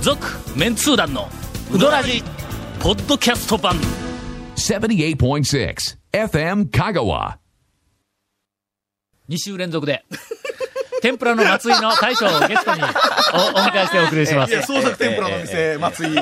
続メンツー団のウドラジポッドキャスト版78.6 FM Kagawa. 2週連続で 天ぷらの松井の大将をゲストにおお迎えしてお送りしまいすや、創作天ぷらの店、松井。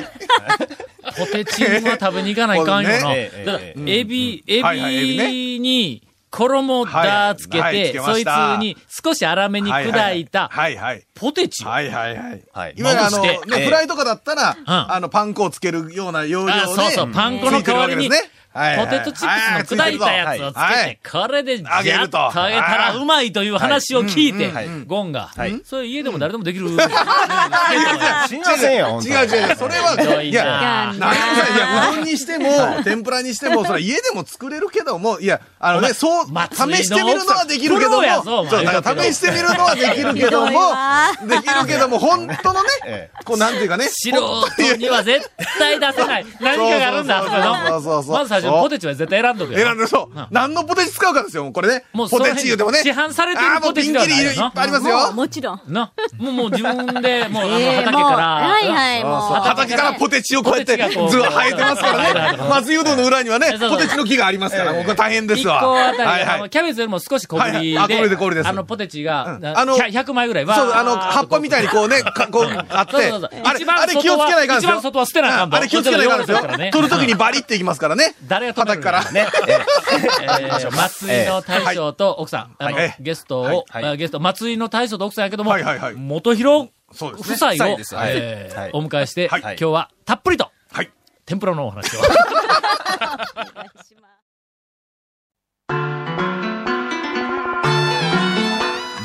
ポテチンは食べに行かないかんよな。だそうからねエビ、エはいはいエビビに、衣をだーつけはいはいつて、けまそいしつたに少し粗めに砕いたはいはい。ポテチを。はいはいはい。はいいわゆるあの、まぶねして、フライとかだったら、あの、パン粉をつけるような要領で。あそうそう、パン粉の代わりに、ついてるわポけテですトねチップスの砕いたやつをつけはいはてい、これでジャ揚げッるとと揚げたらうまいという話を聞いてはいうんうんは、ゴンがい、そういう家でも誰でもでき る。信じませんよ、本当違う違う、それは、いや、ななんかいや、うどんにしても、天ぷらにしても、それは家でも作れるけども、いや、あのね、そう、試してみるのはできるけども、そう、だから試してみるのはできるけども、できるけども、本当のね、こう、なんていうかね、素人には絶対出せない。何かがあるんだ、あそこそうそうそうの。そうまず最初にポテチは絶対選んどくよ。選んでそう。何のポテチ使うかですよ、もうこれね。もうそポのテ辺チ言うてもね。市販されてるポテチであはあ、もうピンないキリいよっなぱいありますもうよ。もちろん。な、もうもう自分 で、もうあのえ畑えかもう、ら、はいはい、もう。畑からポテチをこうやって、ポテチがこう図は生えてますからはねい。松湯道の裏にはねそう、そうポテチの木がありますから、もうこれ大変ですわ。 1個あたり、はいあはのい。キャベツよりも少し小ぶりで、はいはいあ小ぶりで小ぶりですあの、ポテチが、んあのひゃ100枚ぐらいは、そう、あの、葉っぱみたいにこうね、かこう、あって、そうそうそうあれ一、番あれ気をつけないかんですよ。一番外は捨てなあかんあれ気をつけないかんですよこっちの要領ですからね。取るときにバリっていきますからね。誰が止める畑のから。ね。えー松井の大将と奥さん、あのはいゲストを、はいはいあゲスト、松井の大将と奥さんやけども、はいはいはい元広そう夫ですね妻を夫妻、ですはいえーはいお迎えして、はい今日はたっぷりと、はい。天ぷらのお 話を。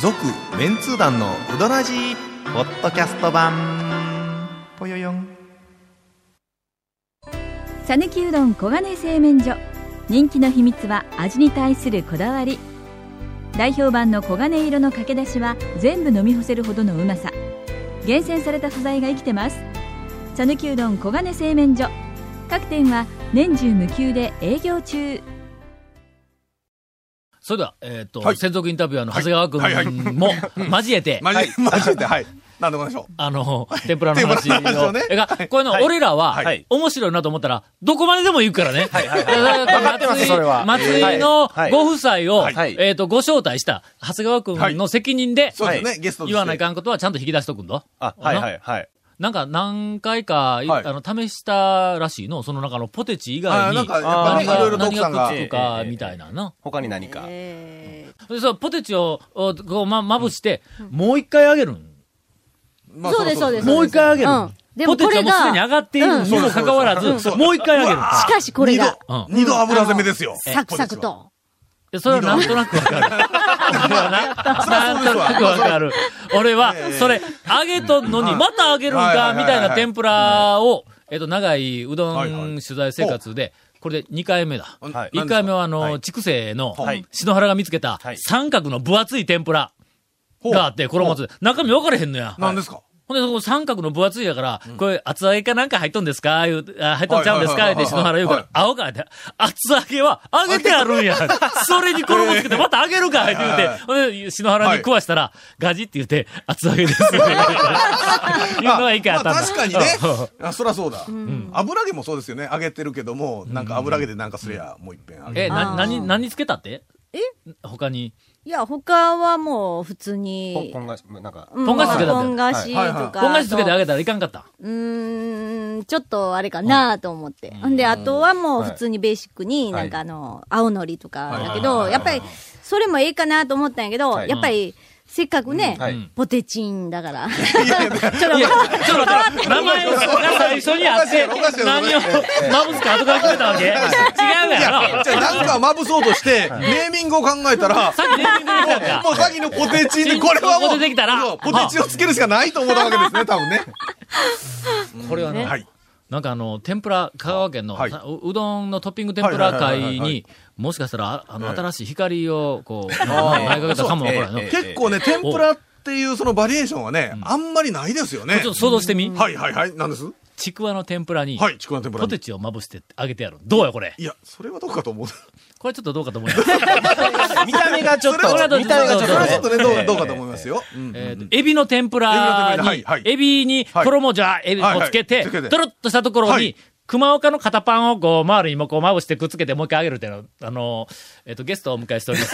続、メンツー団のうどらじポッドキャスト版、ぽよよん。さぬきうどん黄金製麺所人気の秘密は味に対するこだわり代表版の黄金色のかけだしは全部飲み干せるほどのうまさ厳選された素材が生きてますさぬきうどん黄金製麺所各店は年中無休で営業中それでは、えっ、と、はい専属インタビュアーの長谷川君はいはいも交 えて、マジ、マジで、はい。なんでもないでしょう。あの、天ぷらの話天ぷらの話を。をねえがこれの、俺らは、はい面白いなと思ったら、どこまででも行くからね。はいはいわかってますそれは松は井いのはいご夫妻を、はいえっ、と、ご招待した、長谷川君の責任で、そうですはね、ゲストとして言わないかんことはちゃんと引き出しとくんだ。あ、はいはいはい。なんか何回か、いはいあの、試したらしいの。その中のポテチ以外あーに。なんか、やっあぱ何ね、いろいが、ろと何奥さんががくっ。つくか、みたいなな。他に何か。でそう、ポテチを、おこう、ま、まぶして、もう一回あげるん。まあそうです、そうです。もう一回あげるうのん。でポもテこチはれもうすでに上が、がっているにもかかわらず、もう一回あげる。しかしこれが、うん二度油攻めですよ。サクサクと。いやそれはなんとなくわかる。それはななんとなくわかる。俺は、それ、揚げとんのに、また揚げるんはいはいか、はいみはいたいな天ぷらを、えっと、長いうどはいはいん取材生活で、これで2回目だ。はい1回目は、あはの、い筑西のはい、篠原が見つけたは、い三角の分厚い天ぷらがあって、衣つ、中身分かれへんのや。何ですかほんで、そこ三角の分厚いやから、これ厚揚げかなんか入っとんですか言う、あ入っとんちゃうんですか言はいうはいはいはてい篠原言うかはらい、青かって、厚揚げは揚げてあるんや。それに衣つけてまた揚げるかって言うはいてはい、ほんで、篠原に食わしたら、ガジって言うて、厚揚げ です。言うのが一回あったんだ。まあ確かにね。あ、そらそうだ。油揚げもそうですよね。揚げてるけども、なんか油揚げでなんかすりゃ、もう一遍揚げえ、る。な、あー何、何つけたってえ他に。いや、他はもう普通こにこ、んが、なんか。うんとんかしつけたんだよとんがしとはいはいはいか。本菓子つけて揚げたらいかんかった。うーん、ちょっとあれかなと思って。んで、あとはもう普通にベーシックに、はいなんかあの、青のりとかだけはど、いやっぱり、それもええかなと思ったんやけど、はいやっぱり、せっかくね、はいポテチンだから。いや、ちょっと待って、名前が最初にあっておかしいよ、おか何しいよを、まぶすか後から決めたわけ違ういやろや、。じゃあなんかまぶそうとして、ネーミングを考えたら、さっきネーミングできたんかもうさっきのポテチに、これはもポう、テチだなそうポテチをつけるしかないと思ったわけで すね、多分ね。これはね、はい。なんかあの、天ぷら、香川県の、はいううどんのトッピング天ぷらはいはいはい会はいはいに、もしかしたら、ああの、ええ新しい光を、こう、前かけたかもわからないの。ええち結構ね、天ぷらっていうそのバリエーションはね、あんまりないですよねょっ。と想像してみ、はいはいはい、なんですちくわの天ぷらに、はい、ちくわの天ぷらポにテ。チをまぶして揚げてやる。どうや、これ。いや、それはどうかと 思う。これちょっとどうかと思 います。見た目がちょっそれはどと、う見た目がそちれはちょょっっとね、とね。どうどうかと思いますよ。うんえーとエビの天ぷらに、エビの天ぷらはいはいエビにはい衣をじゃあ、エビはいをはいつけて、つけてとろっとしたところに、はい熊岡の片パンをこう、回るにもこう、まぶしてくっつけて、もう一回あげるっていうのあの、えっ、と、ゲストをお迎えしております。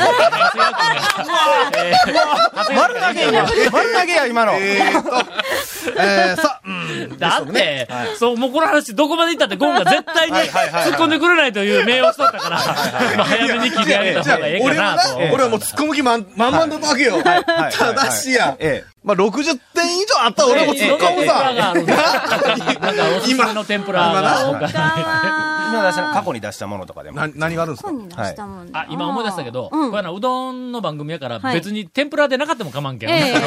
丸投げや、丸投げや、今の。えーっと、えーさ、うん。だって、そう、もうこの話、どこまで行ったって、ゴンが絶対にはいはいはいはい突っ込んでくれないという名をしとったから、まあ 早めに切り上げた方がええか俺はななと。、俺はもう突っ込む気満満々だったわけよ。ただしや、えまあ、60点以上あったら俺も突っ込むええさ。どんな天ぷらがあるんですかなんかおすすめの天ぷらが多かったえ。今出した、過去に出したものとかでも。な、何があるんですこかこに出したもんねあ、今思い出したけど、うんこれあの、うどんの番組やから、はい別に天ぷらでなかったも構わんけん。ええ はい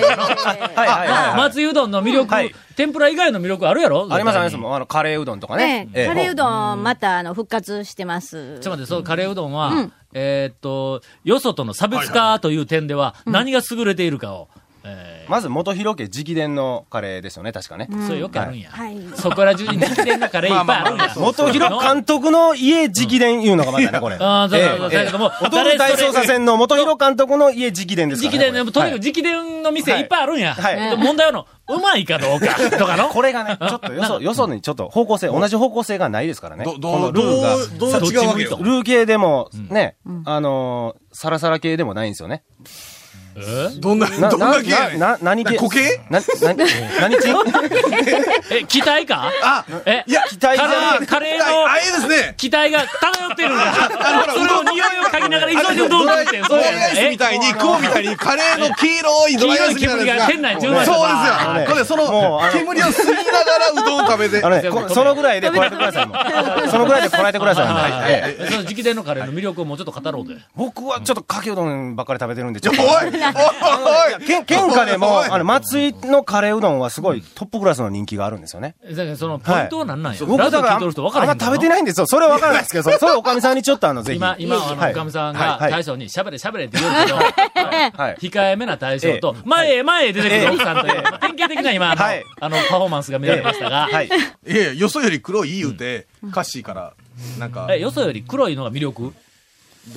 はいはい。松井うどんの魅力、はい天ぷら以外の魅力あるやろありますありま絶す。対にもうあの、カレーうどんとかえね。えカレーううどん、また、あの、復活してます。ちょっと待って、そのカレーうどんは、うんえーっと、よそとの差別化という点では、何が優れているかを、えまず、元広家直伝のカレーですよね、確かね。ーそうよくあるんや。はい。そこら中に直伝のカレーいっぱいあるんや。元広監督の家直伝いうのがまたね、これ。ああ、そうそうそう。だけども、踊る大捜査線の元広監督の家直伝ですか直らね。伝でも、とにかくく。直伝の店いっぱいあるんや。はいでも問題はの、うまいかどうか、とかの。これがね、ちょっとよそ、よそにちょっと方向性、同じ方向性がないですからね。ど、こどのう、ルーどが。う、どう違うわけよ。ルー系でも、ね、あのー、サラサラ系でもないんですよね。えーどんな、どんだけやねんな、何系固形な、な、 何ちんえ、期待かあ、え、いや、期待じゃなカレー、カレーい。のあ、ええですね。期待が漂って るんだ。ほらそれを匂いを嗅ぎながら急いでうどんドを食ラべイてんドそうライやアイスみね。たいに、雲みたいに、カレーの黄色いドライアイスみたい黄色なやつい煙が店内に充そう満でしすてよた。これ、そもうあの、の煙を吸いながらうどんを食べて。あのね、全部こそのぐらいでこらえてくださいもう。そのぐらいでこらえてくださいもうはいえ。えその直伝のカレーの魅力をもうちょっと語ろうぜ。僕はちょっとかけうどんばっかり食べてるんで、ちおょっいと。おいおいけん県下でも、おいあの、松井のカレーうどんはすごいトップクラスの人気があるんですよね。だからそのポイントは何なんや、僕ラジオだか聞ら、あいんとる人分からへんまの食べてないんですよ。それは分からないですけど、それそれおかみさんにちょっとあの、ぜひ。今、今、あの、はいおかみさんはがいはい大将に喋れ喋れって言うん だけど、はい。控えめな大将とえ、前へ前へ出てくええる奥さんという、典型的な今、あのはいあの、パフォーマンスが見られましたが、はい。いやいや、よそより黒い言うて、歌詞から、なんか、えよそより黒いのが魅力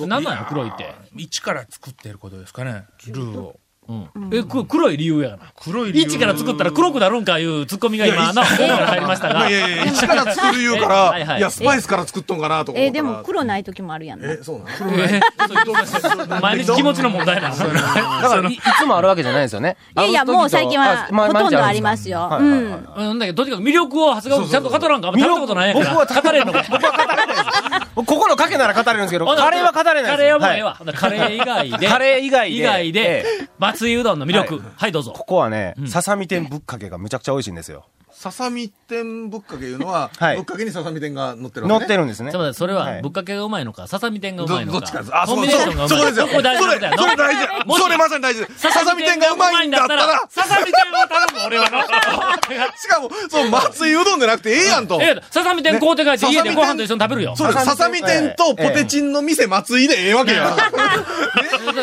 何なんや、黒いって。一から作ってることですかねルーをうんえ、く黒い理由やがな。黒い理由一から作ったら黒くなるんかいうツッコミが今、な、本から入りましたいがやい。やいや、一から作る言う かえはいはら、いいや、スパイスから作っとんかなとかえ思ったー、でら。も黒ない時もあるやんな。え、そうなのえー毎日気持ちの問題なの。だから、いいつもあるわけじゃないですよね。いやいや、あの時ともう最近はあまほとんどありますすよ。はういはいはいん。うん、だけど、とにかく魅力を長谷川ちゃんと語らんか、あんま食べたことないやんから。僕は語れんのか。僕ここのかけなら語れるんですけど、カレーは語れないです。カレーはもうええわは。ほんならカレー以外いで。カレー以外で。以外えでえ、松井うどんの魅力。ははい、どうぞ。ここはね、ささみ天ぶっかけがむちゃくちゃ美味しいんですよ。 ささみ天ぶっかけいうのは、はいぶっかけにささみ天が乗ってる乗わっけてね。るんですねちょっと。待ってそれはは、いぶっかけがうまいのか、ささみ天がうまいどのか。どっちかです。あ、コそンうビネーションがそうまいそこですよ。こそれれ、大事なそこれとやな大事。もしそれまさに大事です。ささみ天がうまいんだったら、ささみ天を頼む、俺はの。しかも、そう、松井うどんじゃなくてええやんと。ええささみ天買うて帰ってね家でご飯と一緒に食べるよ。そうです。ささみ天とポテチンの店松井でええわけや。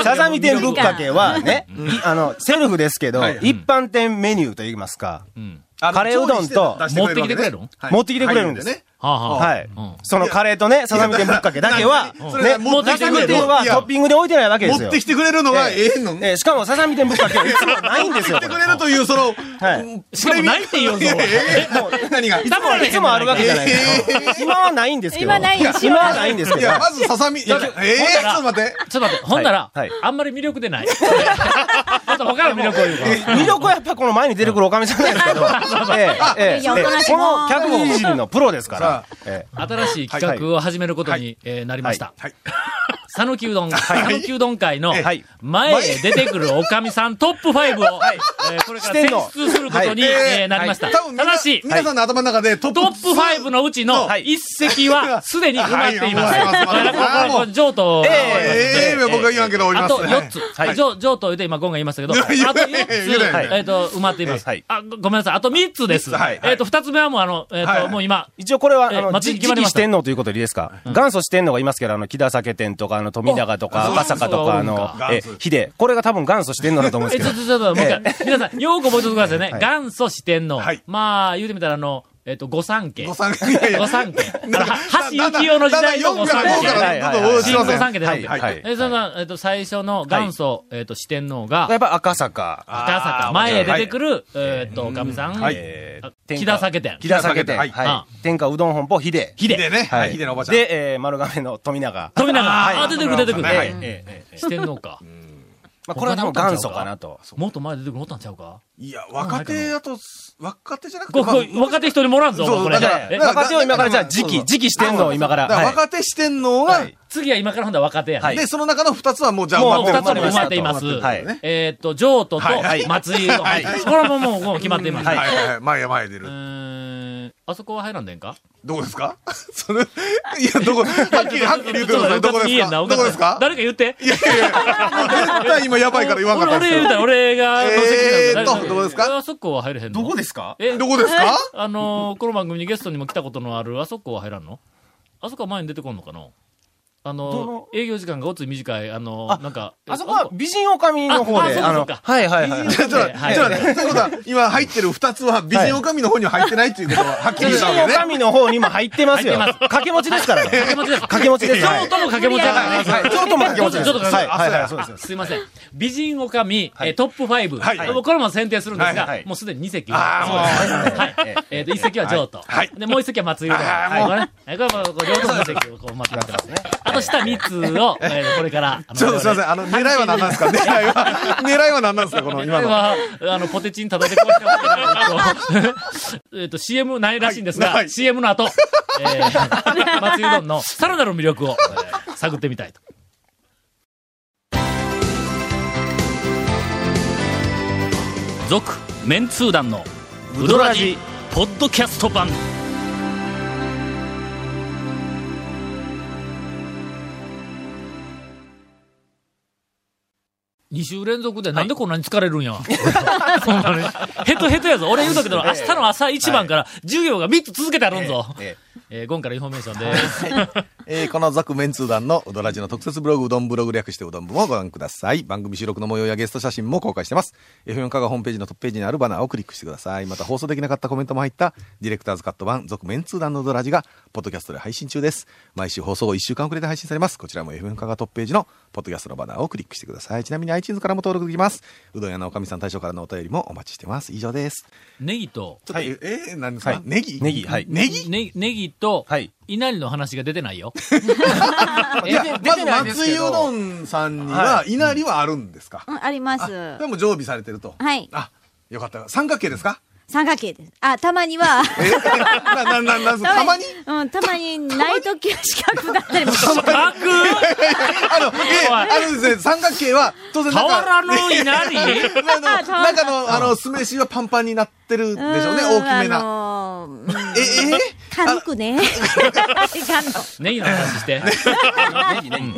ささみ天ぶっかけはね、いあの、セルフですけど、はい一般店メニューといいますか、うん。あのカレーうどん調と理して出して持ってきてくれわけねるのはい持ってきてくれるんです入ね。はあはあはい、うんそのカレーとね、ささみ天ぶっかけだけ は、いやいやね、持ってきてさくさみれる天はいやトッピングで置いてないわけです持よ。ってきてくれるのがええのえーしかもささみ天ぶっかけ はいつもないんですよ。持ってくれるという、その、はいうんしかもないって言うぞプレミアムええもう何がだからいつもあるわけじゃないですよ。今はないんですけど。今ないんですよ今はないんですけいど。や、まずささみ、いやええちょっと待って。ちょっと待って、ほんなら、はいはいあんまり魅力でない。ちょっと他の魅力を言うか。魅力はやっぱこの前に出てくるおかみさんなんで すけど、ええええいやおとなしいこなの客いじりのプロですからさ、え新しい企画を始めることにえーなりました。はい。讃岐うどん、讃岐うどん会のえはい前へ出てくるおかみさんトップ5を、えーこれから選出することにはいえーなりました。多分みたんなだし、皆さんの頭の中でトップトップ5のうちのはい一席はすでに埋まっています。はいはいこれこれこれこれ譲渡。ええ僕は言わんけどおりあます。と4つ。はい譲譲渡言うて今、ゴンが言いましたけど、あといや4つ、いや言うたよねえっと、埋まっています。はいあごごめんなさい。あと3つです。三つはいえっと、2つ目はもうあの、えっと、はいもう今、え一応これは、ええあの、祭り次決まり期ました四天王ということでいいですか、元祖四天王がいますけど、あの、木田酒店とか、あの、富永とか、お赤坂とか、あの元祖、がおるんかええ、ヒデ。これが多分元祖四天王だと思うんえ、ですちけょ、ちょ、ちょ、どもう一回、皆さん、ようご覚えておいてくださいね。はい元祖四天王。はいまあ、言うてみたら、あの、えっと、御三家。ご参加。いやいや 御三家。あのなんか橋幸夫の時代の御三だんだん四家か。ら五からどんどん新御三家では三い家。はいで、その、えっと、最初の元祖、えっと、四天王やが、っぱ赤坂。赤坂、前へ出てくる、えっと、おかみさん、はいえー木田酒店木田酒店。ははいい。あ天下うどん本舗、秀ヒでデ、ね、は、はいい秀のおばちゃん。で、えー丸亀の富永。富永。はいあ、出てくる出てくる。はい。えええーえーえー四天王か。まあ、これは多分元祖かなと。もっと前出てくるのおったんちゃうかいや、若手だと、若手じゃなくて、ここ若手一人もらんぞ、そうこれだからえだ若手を今からじゃあ、そう次そう期、次期してんのを今から。だからはい若手四天王は、はい次は今からほんだら若手やねはいで、その中の二つはもうじゃあもう埋まってる二つも生まれていま埋す。まってるねえーっと、譲渡とはいはい松井うどん。これはもうもうもう決まっています。はいはいはい。前へ前へ出るう。ーんあそこは入らんでんかどこですか それ、いや、どこ、はっきり、はっきり言ってください。どこですかどこですか誰か言って。いやいやいや、もう絶対今やばいから言わんかった俺、俺言うたら俺が、えーっと乗せてきたんだどこですかあそこは入れへんのどこですかえどこですかあのー、この番組にゲストにも来たことのある、あそこは入らんのあそこは前に出てこんのかなあどののー、営業時間がごつい短い、あのー、なんか、あそこは美人女将の方で、ああそうの、かそうかはいはいはい。ちょっと、ちょっと、はいちょっと、ということは、今入ってる二つは、美人女将の方には入ってないっていうことは、はっきり美言っ人たわけね。女将の方にも入ってますよ。入ってます掛け持ちですからね。掛け持ちです。掛け持ちですはい京都も掛け持ちだからね。はい、ちょっとも掛け持ちです。ちょっと掛け持ちはいはいはい、そうです。すいません。美人女将、えートップ5。はいもうこれも選定するんですが、はいはいもうすでに2席。そあうですはい。えっ、と、1席は譲渡。はいで、もう1席は松井うどん。あーはい、これね。はいこれはもうこう両方の席をこう待ってますね。あと下3つを、えーこれから。あのちょっとすいません。あの、狙いは何なんですか狙いは、狙いは何なんですかこの、今これの。は、あの、ポテチにたどってこうしてほしいなと えっと、CM ないらしいんですが、はいない CM の後、えー、 松井うどんのさらなる魅力を、えー探ってみたいと。続、メンツー団の、ウドラジ、ポッドキャスト版。2週連続でなんでこんなに疲れるんや。 ほんまに。ヘトヘトやぞ。俺言うとけど、明日の朝一番から授業が3つ続けてあるんぞ。ええー、ゴンからインフォメーションです。えーこのザクメンツー団のうどラジの特設ブログ、うどんブログ略してうどん部もご覧ください。番組収録の模様やゲスト写真も公開してます。F4 カがホームページのトップページにあるバナーをクリックしてください。また放送できなかったコメントも入った、ディレクターズカット版、続メンツー団のうどラジが、ポッドキャストで配信中です。毎週放送1週間遅れで配信されます。こちらも F4 カがトップページの、ポッドキャストのバナーをクリックしてください。ちなみに iTunes からも登録できます。うどん屋のおかみさん大将からのお便りもお待ちしてます。以上です。ネギと、ちょっと、えー、何ですか、ネギネギはいネギね、ネギと、はい稲荷の話が出てないよ。いや、まずないで松すけ井うどどんさんには、稲荷はあるんですか、うんあります。あでも常備されてると。はいあ、よかった。三角形です か三角形です。あ、たまには、え な、な、な、な、たまにうん、たまにない時は四角だったりもします。バクあ の、え、あのですね、三角形は、当然 変わ中、らぬ稲 荷あのあ 変わら中の、あの、酢飯はパンパンになってるでしょうね、うん大きめあな。のーうんえ、え軽くね。いかんの。ネギの話 して。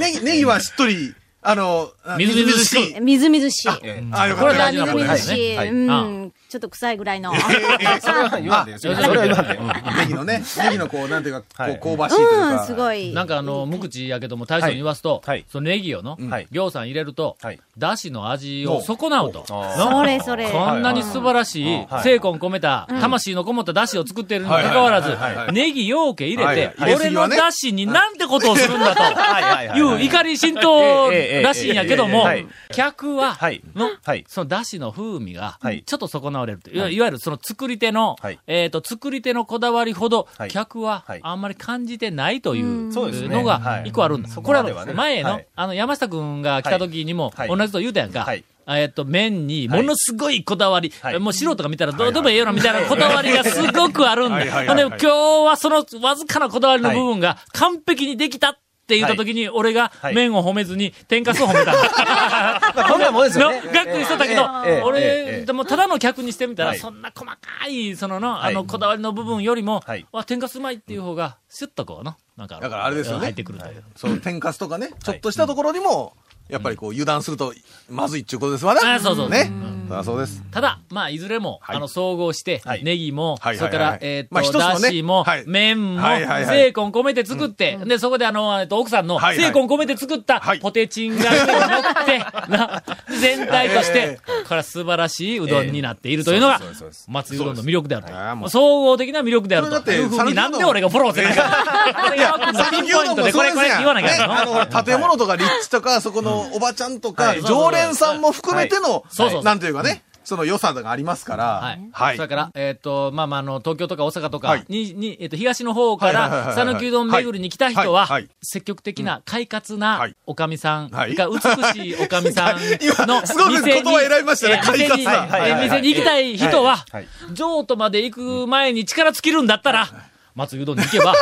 ネギ、ネギはしっとり、あの、あみずみずしくみずみずみずみずしい。あ、よこかれった。大み事なことずみでずすしねい。はいうあん。ちょっと臭いぐらいの。それは言わんでよ。それは言わんでよ。 ネギのね、ネギのこう、なんていうか、はこ、いう香ばしいというか。うん、すごい。なんかあの、無口やけども、大将に言わすと、はいはいそのネギをの、はい行さん入れると、はいだしの味を損なうと。あそれそれ。こんなに素晴らしい、精魂込めた、魂のこもった出汁を作っているにもかかわらはいはいはいはず、いネギようけ入はれいはてい、入れす俺ぎはのね出汁になんてことをするんだと。はいはいはいはうい。怒り浸透らしいんやけどもはい、客ははい、のはい、その出汁の風味がはい、ちょっと損なわれると。いわいわゆるその作り手のはい、えっと、作り手のこだわりほどは、い客ははいあんまり感じてないというそうですねのはがい一個あるんだ。そここれまでははね前はのい、あの、山下くんが来た時にもは、い同じこと言うたやんかはい。えっと、麺にものすごいこだわりはい、もう素人が見たらどうでもええよなみたいなこだわりがすごくあるんだ。はいはいはいはいほんで、今日はそのわずかなこだわりの部分が完璧にできたって言った時に、俺がはい麺を褒めずに天かすを褒めた。まあこんなもんですのよね。がっくりしとったけどええええ、俺、ええでもただの客にしてみたら、はいそんな細かい、そのの、あいの、こだわりの部分よりもはい、わ、天かすうまいっていう方が、シュッとこうの、なんか、だからあれですよね入ってくるという。その天かすとかね、ちょっとしたところにも、やっぱりこう油断するとまずいっちゅうことですわな。あそうそうね。そりゃそうです。ただ、まあ、いずれも、はいあの、総合して、はいネギも、はいはいはいそれから、えっ、まあ一と、つのねだしも、はい麺も、はいはいはい精魂込めて作って、で、そこであの、えっと、奥さんの、はいはい精魂込めて作ったはい、ポテチンが上に乗 って、な、全体として、これは素晴らしいうどんになっているというのが、そうですそうです松井うどんの魅力であるそうですあーもと。う総合的な魅力であるそれだと。っていうふうに、讃岐うどなんんで俺がフォローせないかん。いや、ピンポイントで、これこれって言わなきゃいけねないあの。の、建物とか立地とか、そこのおばちゃんとかい、常連さんも含めてのそうそ、うなんというかね、その良さがありますから。はい。はいそれ。から、えっ、と、まあまあ、あの、東京とか大阪とはかいに、に、えっ、と、東の方かはいはいはいはら、い讃岐うどん巡りに来た人は、はいはい積極的な、快活なはい、おかみさん、はいが、美しいおかみ さん今の、すごい店に言葉選びましたねえー店に快活なえーはいはいはい店に行きたい人ははい、譲渡まで行く前に力尽きるんだったら、松井うどんに行け ば、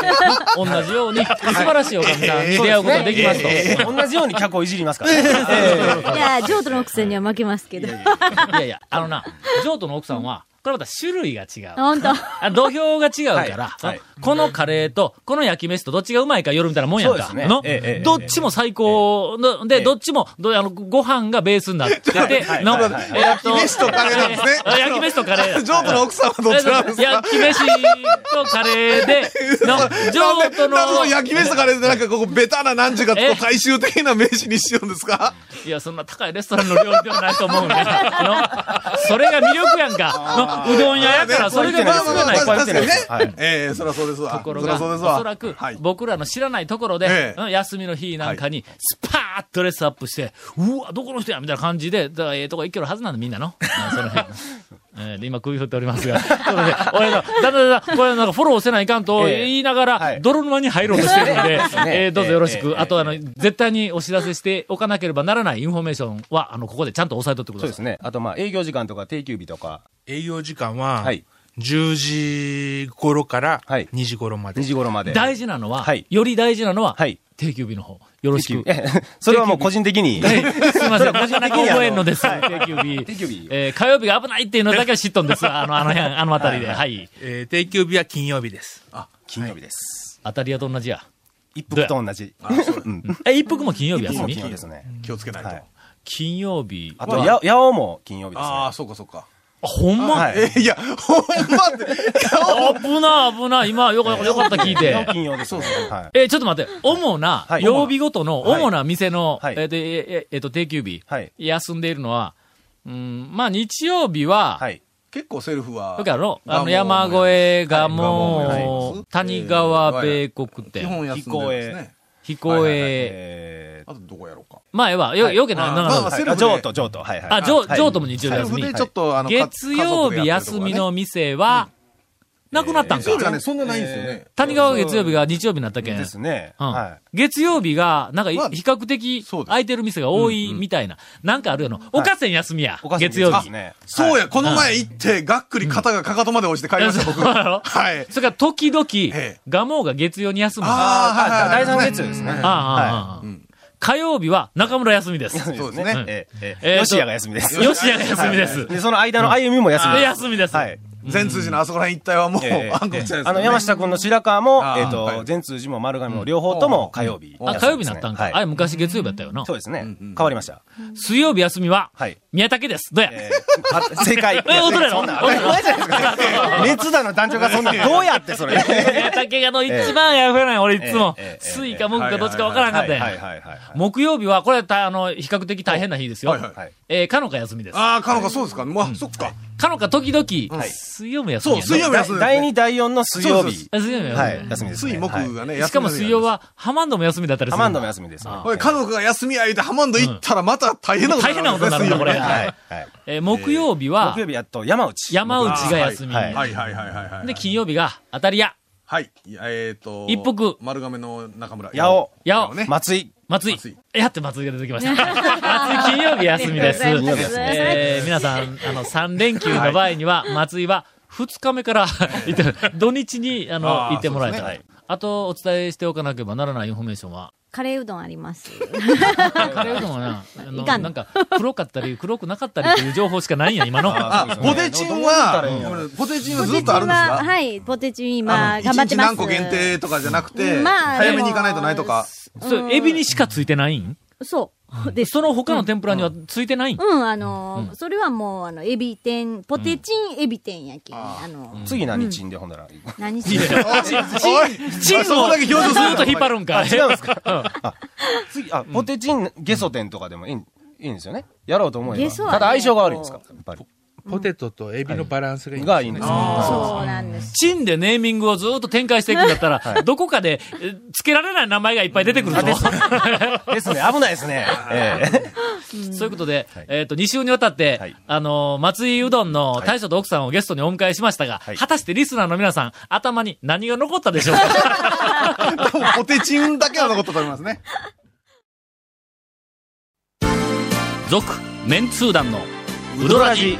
同じように、素晴らしいおかみさんに出会うことができますと。同じように客をいじりますからね。えいや、譲渡のくせには負けますけど。いやいや、あのな、譲渡の奥さんは、これまた種類が違う。本当。あ土俵が違うから、はいはいこのカレーと、この焼き飯とどっちがうまいか夜みたいなもんやんそうか。ですねの、ええええどっちも最高の、で、えどっちも、どあのご飯がベースになってて、はいのはいはいえーっ焼き飯とカレーなんですねえー焼き飯とカレ ー。譲渡の奥さんはどっちなんですか焼き飯とカレーで、の、 な譲んで渡のなんでそ、の焼き飯とかでなんかここベタな何時かこえう大衆的な名詞にしようんですかいや、そんな高いレストランの料理ではないと思うんで、の、それが魅力やんか、の、うどん屋やから、それがまあ魅力まやあまないあかこうやっ確てかねはい。にねええ、そりゃそうですわ。ところそりが、ゃそうですおわ。そらくはい、僕らの知らないところでえ、えうん休みの日なんかに、スパーッとレスアップして、うわ、どこの人やみたいな感じで、だからええとこ行けるはずなんだ、みんなの。うんその 辺えーで今、首振っておりますが、そうで俺の、だんだんだんだん、これなんかフォローせないかんとええ言いながはら、い泥沼に入ろうとしてるんで、ねえーどうぞよろえしええく。えあと、あの、絶対にお知らせしておかなければならないインフォメーションは、あの、ここでちゃんと押さえとってそくうだでさすね。あと、まあ、営業時間とか定休日とか、営業時間ははい、 10時頃からはい2時頃まで2。時頃まい。で。大事なのははい、より大事なのははい、定休日の方、よろしく。え それはもう個人的に。はい、 すいません、なかなか覚えんのです、はい定休 日。定休日えー火曜日が危ないっていうのだけは知っとんですわ、あの、あの辺、 あの辺りで。はい。えー定休日は金曜日です。金曜日です。 当たり屋と同じや。一服と同じ。うんえ、一服も金曜日休もうみ金曜日ですね。気をつけないと。はい金曜日は。あと、や八尾も金曜日ですね。ああ、そうかそうか。あほんま、はいえ、いや、ほんまって、危な、危な、今、よかった、よかった、聞いて。金曜ですね。はい。えーちょっと待って、主な、はい曜日ごとの、はい主な店の、はいえーでえーえーと、定休日、はい休んでいるのは、うん、まあ、日曜日は、はい。結構セルフは。だからの、あ蒲の、生山越えがはいもう、谷川米国基店、本休んでますね。彦越ええ、あとどこやろうか。前は、よ、はいよけない、あーななまあまあセー、ルあ、フで譲渡、譲渡。はいはい。あ、ジョー、はいジョートも日曜日セル休フみで。ちょっと、あの、か月曜日休み。の家店は、なくなったん族でやってるとか。こね月曜日はね、そんなないんですよね。谷川月曜日が日曜日になったけん。ですね。うんは月曜日が、なんかい、まあ比較的そうです空いてる店が多いみたいな。なんかあるよの。おかせん休みやい。お。母さん月曜です日。ね。そうや、この前行って、がっくり肩がかかとまで落ちて帰りました、僕。そうやろはい。それから、時々え、ガモが月曜に休む。ああ、はいはい第はい三月曜ですね。ああああああ火曜日は中村休みです。そうですうんね。えええーえと吉谷が休みです。吉谷が休みです。で、その間の歩みも休みあ休みですはい。全通寺のあそこら辺一帯はもう、ええあんこちゃいですねあの、山下君の白川も、あーえっはと、い全通寺も丸亀も両方とも火曜日。あ、火曜日になったんか。はいあれ、昔月曜日やったよなそ。うですね。変わりました。水曜日休みははい、宮武です。どうやえー あ正解。え踊れろそんな当たり前じゃないです か。熱田の団長がそんな、どうやってそれ。宮武がの一番やらない、俺いつもえええええ。えスイか文句かどっちかわからんかったはいやん。はいはいはい。木曜日は、これた、あの、比較的大変な日ですよはいはいはい。えー、かのか休みです。ああ、かのか、そうですか。まあ、そっか。かのか時々、水曜日休みやな。そう水曜日だ第2、第4の水曜そうそう日。あ水曜日は休い。休みです水ね。木はいがね、み。しかも水曜。は、ハマンドも休みだったりすハる。マンドも休みです。あはこれ、家族が休みや言うてハマンド行ったらまた大変なこと大変なことになるんだこれい。水曜日ねはい。えー、木曜日は木曜、日やっと山内。山内が休み。あーはいはいはいはいはいはい。で、金曜日が、当たり屋、はい。えっと、一服丸亀の中村。八尾。八尾ね。松井。松井松井。やって松井が出てきました。 松井金曜日休みです。ありがとうございますえー皆さん、あの、3連休の場合には、松井は2日目から行って、土日に、あの、あー行ってもらえたそうらでいい。あと、お伝えしておかなければならないインフォメーションは、カレーうどんあります。カレーうどんはな、あのいかんなんか、黒かったり、黒くなかったりっていう情報しかないんや、今の。ああ、ポテチンは、ポテチンはずっとあるんですは、かはい、ポテチンあの今、一頑張っ日てます。何個限定とかじゃなくて、まあ早めに行かないとないとか。そう、エビにしかついてないんそでその他の天ぷらにはついてないん、うん、あのーそれはもう、あの、エビ天、ポテチンエビ天やけ、ん、あのー次何チンでほんだら。何してるチーズをずっと引っ張るんか。あ、違うんですか。あ次、あ、ポテチン、ゲソ店とかでもいい、いいんですよね。やろうと思えば。ゲソはねただ相性が悪いんですか、やっぱり。ポテトとエビのバランスがいいんですがいいんですね。そうなんです。チンでネーミングをずっと展開していくんだったら、どこかでえ付けられない名前がいっぱい出てくるぞ。ですね、危ないですね。ええそういうことで、えっ、と、2週にわたって、はいあのー松井うどんの大将と奥さんをゲストにお迎えしましたが、はい果たしてリスナーの皆さん、頭に何が残ったでしょうか多分ポテチンだけは残ったと思いますね。続、メンツー団の、ウドラジ、